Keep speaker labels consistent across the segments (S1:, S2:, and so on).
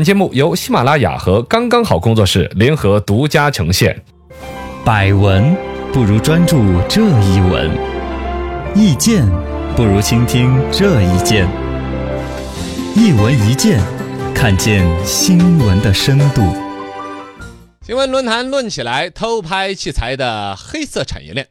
S1: 本节目由喜马拉雅和刚刚好工作室联合独家呈现。
S2: 百闻不如专注这一闻，意见不如倾听这一见。一闻一见，看见新闻的深度。
S1: 新闻论坛论起来，偷拍器材的黑色产业链，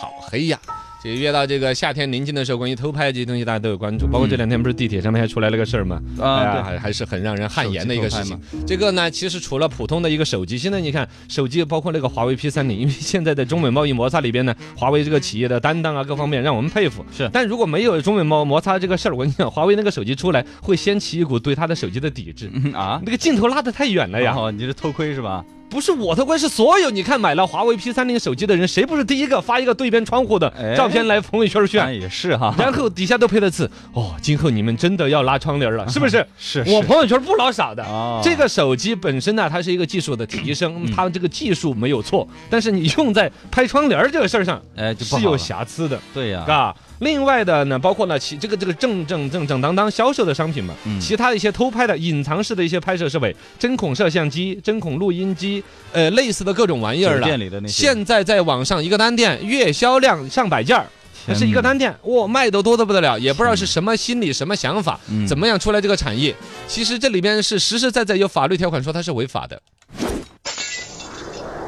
S1: 好黑呀！这越到这个夏天临近的时候，关于偷拍这些东西，大家都有关注。包括这两天不是地铁上面还出来了个事儿吗？
S3: 啊
S1: 哎呀
S3: 对
S1: 还还是很让人汗颜的一个事
S3: 手机
S1: 情
S3: 偷。
S1: 这个呢，其实除了普通的一个手机，现在你看手机包括那个华为 P 3 0因为现在在中美贸易摩擦里边呢，华为这个企业的担当啊，各方面让我们佩服。
S3: 是
S1: 但如果没有中美贸摩擦这个事儿，我跟你讲，华为那个手机出来会掀起一股对它的手机的抵制。
S3: 嗯啊，
S1: 那个镜头拉得太远了
S3: 然
S1: 呀！
S3: 后你这偷窥是吧？
S1: 不是我的关系，是所有你看买了华为 P 3 0手机的人，谁不是第一个发一个对边窗户的
S3: 哎
S1: 照片来朋友圈
S3: 那
S1: 炫？
S3: 也是啊哈，
S1: 然后底下都配了字，哦，今后你们真的要拉窗帘了，是不是？
S3: 是
S1: 我朋友圈不老少的。
S3: 啊，嗯
S1: 这个手机本身呢，它是一个技术的提升，它这个技术没有错，但是你用在拍窗帘儿这个事儿上
S3: 哎就是不
S1: 有
S3: 好了
S1: 瑕疵的，
S3: 对呀，
S1: 啊。另外的呢，包括呢，其这个这个正正正正当当销售的商品嘛，
S3: 嗯
S1: 其他的一些偷拍的、隐藏式的一些拍摄设备、针孔摄像机、针孔录音机，呃，类似的各种玩意儿
S3: 酒
S1: 了。
S3: 店里的那些，
S1: 现在在网上一个单店月销量上百件儿，它
S3: 天
S1: 是一个
S3: 哪
S1: 单店，哇，卖的多的不得了，也不知道是什么心理、什么想法，
S3: 嗯
S1: 怎么样出来这个产业？其实这里边是实实在在有法律条款说它是违法的。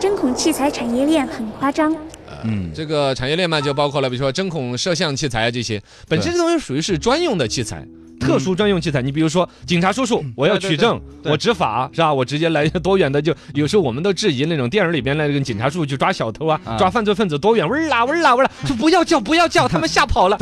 S4: 针孔器材产业链很夸张，
S3: 嗯
S1: 这个产业链嘛，就包括了比如说针孔摄像器材啊这些，本身这东西属于是专用的器材。特殊专用器材，你比如说警察叔叔，我要取证，
S3: 嗯对
S1: 我执法是吧？我直接来多远的就，有时候我们都质疑那种电影里边那个警察叔叔去抓小偷啊，
S3: 啊
S1: 抓犯罪分子多远，嗡儿啦嗡儿 啦嗡儿啦，说不要叫不要叫，他们吓跑了。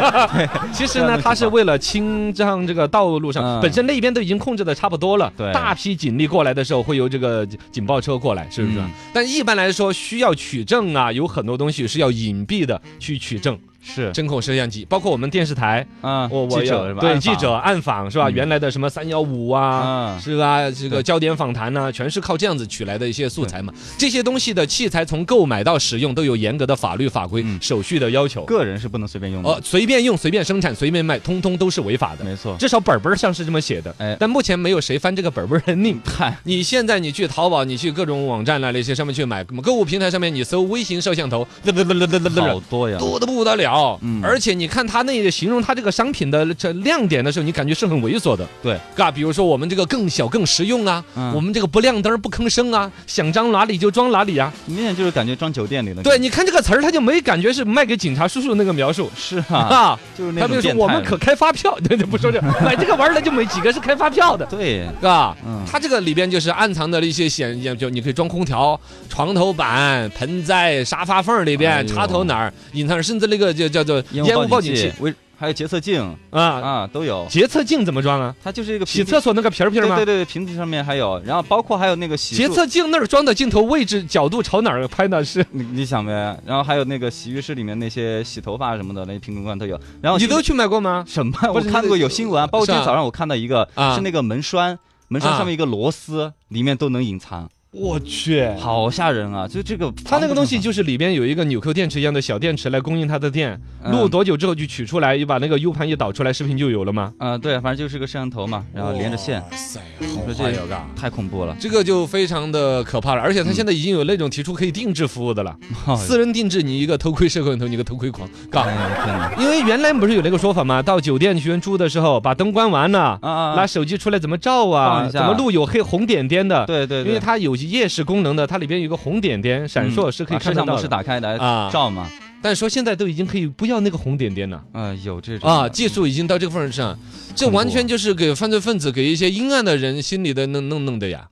S1: 其实呢，他是为了清障这个道路上，
S3: 嗯
S1: 本身那边都已经控制的差不多了，
S3: 对
S1: 大批警力过来的时候会由这个警报车过来，是不是
S3: 嗯？
S1: 但一般来说，需要取证啊，有很多东西是要隐蔽的去取证，
S3: 是
S1: 针孔摄像机，包括我们电视台，
S3: 啊，
S1: 我我
S3: 记
S1: 要
S3: 者是吧？
S1: 对
S3: 暗
S1: 记
S3: 访
S1: 者暗访是吧？
S3: 嗯
S1: 原来的什么三幺五啊。
S3: 啊，
S1: 是吧？这个
S3: 对
S1: 焦点访谈呢、全是靠这样子取来的一些素材嘛。这些东西的器材从购买到使用都有严格的法律法规、
S3: 嗯
S1: 手续的要求。
S3: 个人是不能随便用
S1: 呃
S3: 的，，
S1: 随便用、随便生产、随便卖，通通都是违法的。
S3: 没错，
S1: 至少本本儿上是这么写的，
S3: 哎
S1: 但目前没有谁翻这个本本儿的命。
S3: 嗨，
S1: 你现在你去淘宝，你去各种网站啦那些上面去买，购物平台上面你搜微型摄像头，嘚嘚嘚嘚嘚嘚
S3: 好
S1: 嘚，
S3: 多呀，
S1: 多的不得了。
S3: 嗯
S1: 而且你看它那个形容它这个商品的这亮点的时候，你感觉是很猥琐的。
S3: 对，
S1: 嘎，比如说我们这个更小更实用啊，
S3: 嗯
S1: 我们这个不亮灯儿不吭声啊，想装哪里就装哪里啊。
S3: 明显就是感觉装酒店里了。
S1: 对，你看这个词儿，它就没感觉是卖给警察叔叔那个描述。
S3: 是啊，
S1: 啊，
S3: 就是那
S1: 他
S3: 种
S1: 们说
S3: 变
S1: 我
S3: 态
S1: 们
S3: 了
S1: 可开发票，对对，不说这个买这个玩意儿的就没几个是开发票的，
S3: 对，
S1: 是吧？
S3: 嗯，
S1: 它这个里边就是暗藏的一些显，就你可以装空调、床头板、盆栽、沙发缝儿里
S3: 哎
S1: 边、
S3: 呦
S1: 插头哪儿，隐藏甚至那个就叫做
S3: 烟
S1: 烟雾
S3: 雾
S1: 报
S3: 报
S1: 警
S3: 警
S1: 器
S3: 器，为还有洁厕镜
S1: 啊。
S3: 啊都有，
S1: 洁厕镜怎么装啊？
S3: 它就是一个
S1: 洗
S3: 屏蔽
S1: 厕所那个瓶儿瓶儿
S3: 对对
S1: 吗？
S3: 对，瓶子上面还有，然后包括还有那个洗
S1: 洁
S3: 漱
S1: 厕镜那儿装的镜头位置角度朝哪儿拍呢？是
S3: 你你想呗，然后还有那个洗浴室里面那些洗头发什么的，那些瓶瓶罐罐都有。然后
S1: 你
S3: 其实
S1: 都去买过吗？
S3: 什么？
S1: 不
S3: 啊我
S1: 是
S3: 看过有新闻啊，包括今
S1: 是啊
S3: 天早上我看到一个
S1: 啊
S3: 是那个门栓，门栓
S1: 啊
S3: 上面一个螺丝，里面都能隐藏，
S1: 我去，
S3: 好吓人啊！就这个
S1: 它那个东西
S3: 防不胜
S1: 就是里边有一个纽扣电池一样的小电池来供应它的电，
S3: 嗯
S1: 录多久之后就取出来，一把那个 U 盘一导出来，视频就有了吗？
S3: 防啊，对，反正就是个摄像头嘛，然后连着线，
S1: 哇塞，
S3: 说
S1: 好
S3: 这
S1: 坏有个。
S3: 太恐 怖了。
S1: 这个就非常的可怕了，而且它现在已经有那种提出可以定制服务的了，私人定制，你一个偷窥摄像头，你一个偷窥狂，嘎
S3: 哎。呀天哪！
S1: 因为原来不是有那个说法吗？到酒店去住的时候，把灯关完了，
S3: 啊啊！
S1: 拿手机出来怎么照啊？
S3: 放一下
S1: 怎么录有黑红点点的？
S3: 对对对，
S1: 啊因为它有夜视功能的，它里边有个红点点闪烁，
S3: 嗯
S1: 是可以
S3: 把
S1: 看
S3: 摄
S1: 得
S3: 像
S1: 到
S3: 模
S1: 的
S3: 式打开来
S1: 啊
S3: 照嘛。
S1: 但说现在都已经可以不要那个红点点了
S3: 啊，有这种
S1: 啊，
S3: 的
S1: 技术已经到这个份儿上，这
S3: 恐怖
S1: 完全就是给犯罪分子、给一些阴暗的人心里的弄弄弄的呀。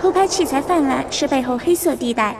S4: 偷拍器材泛滥是背后黑色地带。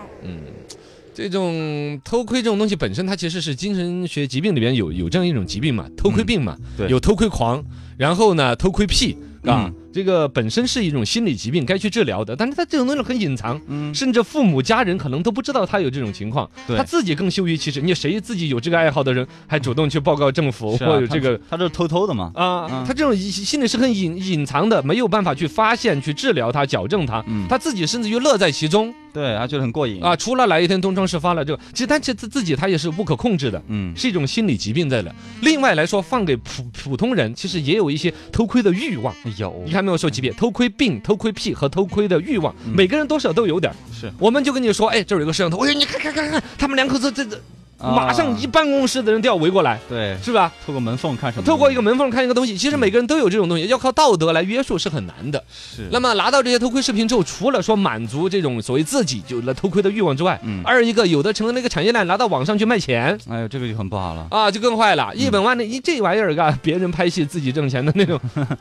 S1: 这种偷窥这种东西本身，它其实是精神学疾病里边有有这样一种疾病嘛，偷窥病嘛，
S3: 嗯对
S1: 有偷窥狂，然后呢偷窥癖啊
S3: 嗯，
S1: 这个本身是一种心理疾病，该去治疗的，但是它这种东西很隐藏。
S3: 嗯，
S1: 甚至父母、家人可能都不知道他有这种情况，
S3: 对
S1: 他自己更羞于启齿。你谁自己有这个爱好的人，还主动去报告政府
S3: 是啊
S1: 或有这个
S3: 他这是偷偷的嘛？
S1: 啊
S3: 嗯，
S1: 他这种隐心里是很隐隐藏的，没有办法去发现、去治疗它、矫正它
S3: 嗯。
S1: 他自己甚至于乐在其中
S3: 对，他觉得很过瘾
S1: 啊。，除了哪一天东窗事发了之后，其实他其实自己他也是无可控制的。
S3: 嗯，
S1: 是一种心理疾病在的。另外来说，放给普普通人，其实也有一些偷窥的欲望。
S3: 有
S1: 你看没有说级别，偷窥病、偷窥癖和偷窥的欲望，
S3: 嗯
S1: 每个人多少都有点儿。
S3: 是，
S1: 我们就跟你说，哎，这儿有个摄像头，哎，你看看看看，他们两口子这这，马上一
S3: 啊
S1: 办公室的人都要围过来，
S3: 对，
S1: 是吧？
S3: 透过门缝看什么？
S1: 透过一个门缝看一个东西，其实
S3: 嗯
S1: 每个人都有这种东西，要靠道德来约束是很难的。
S3: 是，
S1: 那么拿到这些偷窥视频之后，除了说满足这种所谓自己就来偷窥的欲望之外，
S3: 嗯，
S1: 二一个有的成为了一个产业链，拿到网上去卖钱。
S3: 哎呦，这个就很不好了，
S1: 啊，就更坏了，一本万利，一这玩意儿，嘎，别人拍戏自己挣钱的那种，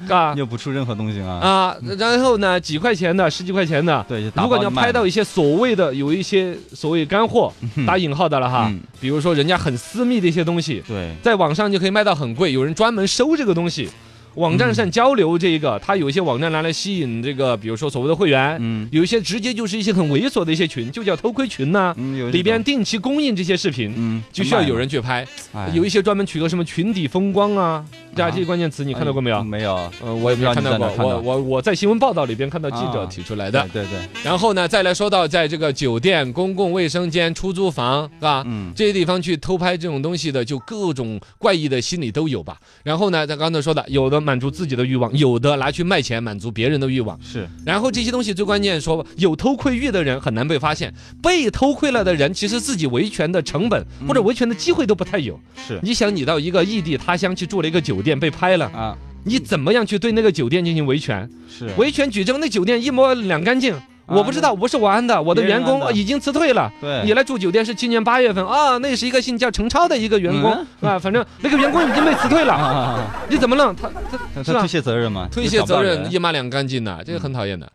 S1: 嘎
S3: 又不出任何东西啊。
S1: 啊，然后呢，几块钱的，十几块钱的，
S3: 对，就打
S1: 如果
S3: 包
S1: 你要
S3: 就卖
S1: 拍到
S3: 了
S1: 一些所谓的有一些所谓干货，打引号的了哈
S3: 嗯，
S1: 比如说人家很私密的一些东西，
S3: 对，
S1: 在网上就可以卖到很贵，有人专门收这个东西，网站
S3: 嗯
S1: 上交流这个，他有一些网站拿来吸引这个，比如说所谓的会员，
S3: 嗯
S1: 有一些直接就是一些很猥琐的一些群，就叫偷窥群呐，
S3: 嗯，有这
S1: 里边
S3: 种
S1: 定期供应这些视频，
S3: 嗯哎
S1: 就需要有人去拍。有一些专门取个什么群体风光哎啊，这
S3: 啊
S1: 这些关键词你
S3: 你
S1: 看到过没有？
S3: 哎没有，
S1: 嗯，我也没有看到过
S3: 不，知道你在哪
S1: 我
S3: 看
S1: 我我在新闻报道里边看到记者
S3: 啊
S1: 提出来的啊
S3: 对。对对，
S1: 然后呢，再来说到在这个酒店、公共卫生间、出租房，是吧？
S3: 嗯，
S1: 这些地方去偷拍这种东西的，就各种怪异的心理都有吧。然后呢，咱刚才说的，有的满足自己的欲望，有的拿去卖钱满足别人的欲望。
S3: 是，
S1: 然后这些东西最关键说，有偷窥欲的人很难被发现，被偷窥了的人，其实自己维权的成本或者维权的机会都不太有。
S3: 是
S1: 你想，你到一个异地他乡去住了一个酒店，被拍了，
S3: 啊，
S1: 你怎么样去对那个酒店进行维权？
S3: 是
S1: 维权举证，那酒店一摸两干净。我不知道，不是我安的，我的员工呃
S3: 别人安的
S1: 已经辞退了。
S3: 对
S1: 你来住酒店是今年八月份啊，那是一个姓叫陈超的一个员工 啊，反正那个员工已经被辞退
S3: 啊
S1: 了，
S3: 啊啊， 啊
S1: 你怎么弄？他他
S3: 他
S1: 是吧
S3: 他推卸责任嘛，
S1: 推
S3: 就
S1: 卸
S3: 找不到
S1: 责任
S3: 人
S1: 一抹两干净呐，这个很讨厌的。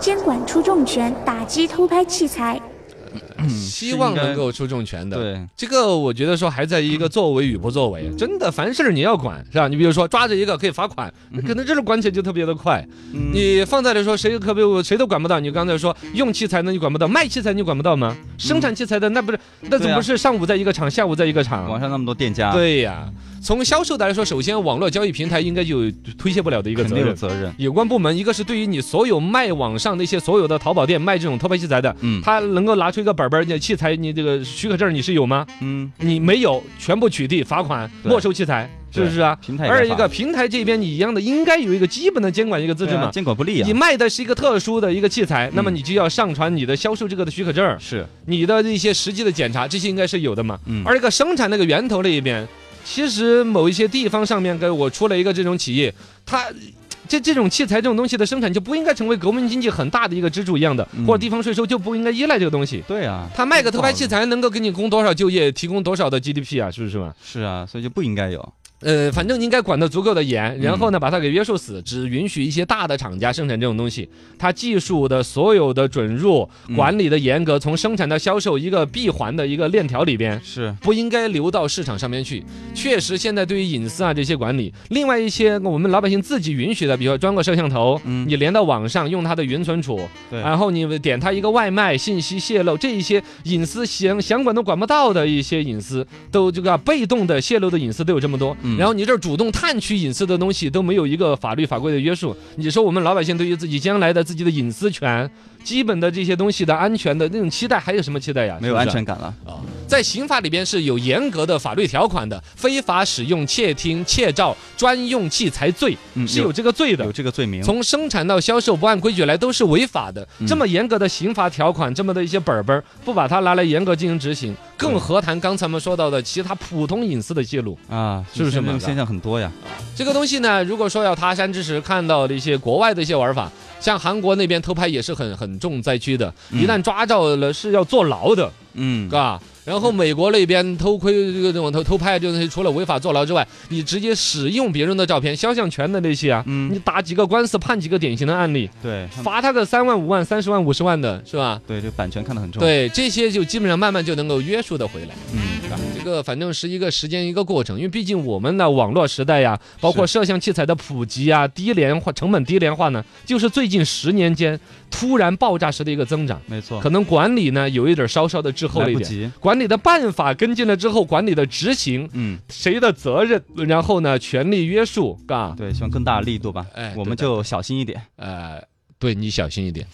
S4: 监管出重拳，打击偷拍器材。
S1: 嗯希望能够出重拳的。
S3: 嗯对，
S1: 这个我觉得说还在一
S3: 嗯
S1: 个作为与不作为，真的凡事儿你要管是吧？你比如说抓着一个可以罚款，那可能这个管起来就特别的快。
S3: 嗯
S1: 你放在来说谁可不谁都管不到，你刚才说用器材呢你管不到，卖器材你管不到吗？
S3: 嗯
S1: 生产器材的那不是那怎
S3: 对
S1: 么
S3: 啊
S1: 不是上午在一个厂，下午在一个
S3: 网
S1: 厂？
S3: 上那么多店家，，
S1: 对呀、从销售的来说，首先网络交易平台应该有推卸不了的一个
S3: 肯
S1: 责
S3: 定有
S1: 任。
S3: 责任，
S1: 有关部门，一个是对于你所有卖网上那些所有的淘宝店卖这种偷拍器材的，
S3: 嗯
S1: 他能够拿出一个本本儿，你器材你这个许可证你是有吗？
S3: 嗯，
S1: 你没有，全部取缔、罚款、
S3: 对
S1: 没收器材，是不是啊？
S3: 平台也在
S1: 二一
S3: 发
S1: 个平台这边你一样的应该有一个基本的监管一个资质
S3: 对啊
S1: 嘛。
S3: 监管不力啊
S1: 你，卖的是一个特殊的一个器材，那么
S3: 嗯
S1: 你就要上传你的销售这个的许可证儿，
S3: 是，
S1: 你的一些实际的检查，这些应该是有的嘛。
S3: 嗯，
S1: 二一个生产那个源头那一边，其实某一些地方上面给我出了一个这种企业，它。这这种器材这种东西的生产就不应该成为国民经济很大的一个支柱一样的，
S3: 嗯
S1: 或者地方税收就不应该依赖这个东西。
S3: 对啊，
S1: 他卖个偷拍器材能够给你供多少就业，提供多少的 GDP 啊，是不是嘛？
S3: 是啊，所以就不应该有，
S1: 呃，反正应该管得足够的严，然后呢，把它给约束死，只允许一些大的厂家生产这种东西。它技术的所有的准入、
S3: 嗯
S1: 管理的严格，从生产到销售一个闭环的一个链条里边。
S3: 是，
S1: 不应该流到市场上面去。确实，现在对于隐私啊这些管理，另外一些我们老百姓自己允许的，比如说装个摄像头，
S3: 嗯
S1: 你连到网上用它的云存储，
S3: 对
S1: 然后你点它一个外卖，信息泄露这一些隐私想想管都管不到的一些隐私，都这个被动的泄露的隐私都有这么多。
S3: 嗯
S1: 然后你这儿主动探取隐私的东西都没有一个法律法规的约束，你说我们老百姓对于自己将来的自己的隐私权、基本的这些东西的安全的那种期待，还有什么期待呀？
S3: 没
S1: 是
S3: 有
S1: 不
S3: 安
S1: 是
S3: 全感了，
S1: 啊，在刑法里边是有严格的法律条款的，非法使用、窃听、窃照专用器材罪
S3: 嗯
S1: 是有这个罪
S3: 有
S1: 的。
S3: 这个罪名，
S1: 从生产到销售不按规矩来都是违法的，
S3: 嗯
S1: 这么严格的刑罚条款，这么的一些本儿本儿，不把它拿来严格进行执行，更
S3: 对
S1: 何谈刚才我们说到的其他普通隐私的泄露？
S3: 啊，
S1: 是不是
S3: 现
S1: 嘛
S3: 在这种现象很多呀？
S1: 这个东西呢，如果说要他山之石，看到的一些国外的一些玩法，像韩国那边偷拍也是很很重灾区的，一旦抓着了是要坐牢的。
S3: 嗯，
S1: 嘎。然后美国那边偷窥这个这种偷偷拍这种东西，除了违法坐牢之外，你直接使用别人的照片，肖像权的那些啊，
S3: 嗯
S1: 你打几个官司判几个典型的案例，
S3: 对，嗯他们
S1: 罚他个三万、五万、三十万、五十万的，是吧？
S3: 对这个版权看得很重，，
S1: 对，这些就基本上慢慢就能够约束的回来。
S3: 嗯。
S1: 对吧？这个反正是一个时间一个过程，因为毕竟我们呢网络时代呀，包括摄像器材的普及啊，低廉化成本低廉化呢，就是最近十年间突然爆炸式的一个增长。
S3: 没错，
S1: 可能管理呢有一点稍稍的滞后了
S3: 哦来
S1: 一
S3: 不
S1: 点，
S3: 及，
S1: 管理的办法跟进了之后，管理的执行
S3: 嗯，
S1: 谁的责任，然后呢权力约束，嘎，
S3: 对，希望更大的力度吧，
S1: 哎
S3: 我们
S1: 对的
S3: 就小心一点，
S1: 呃，对你小心一点，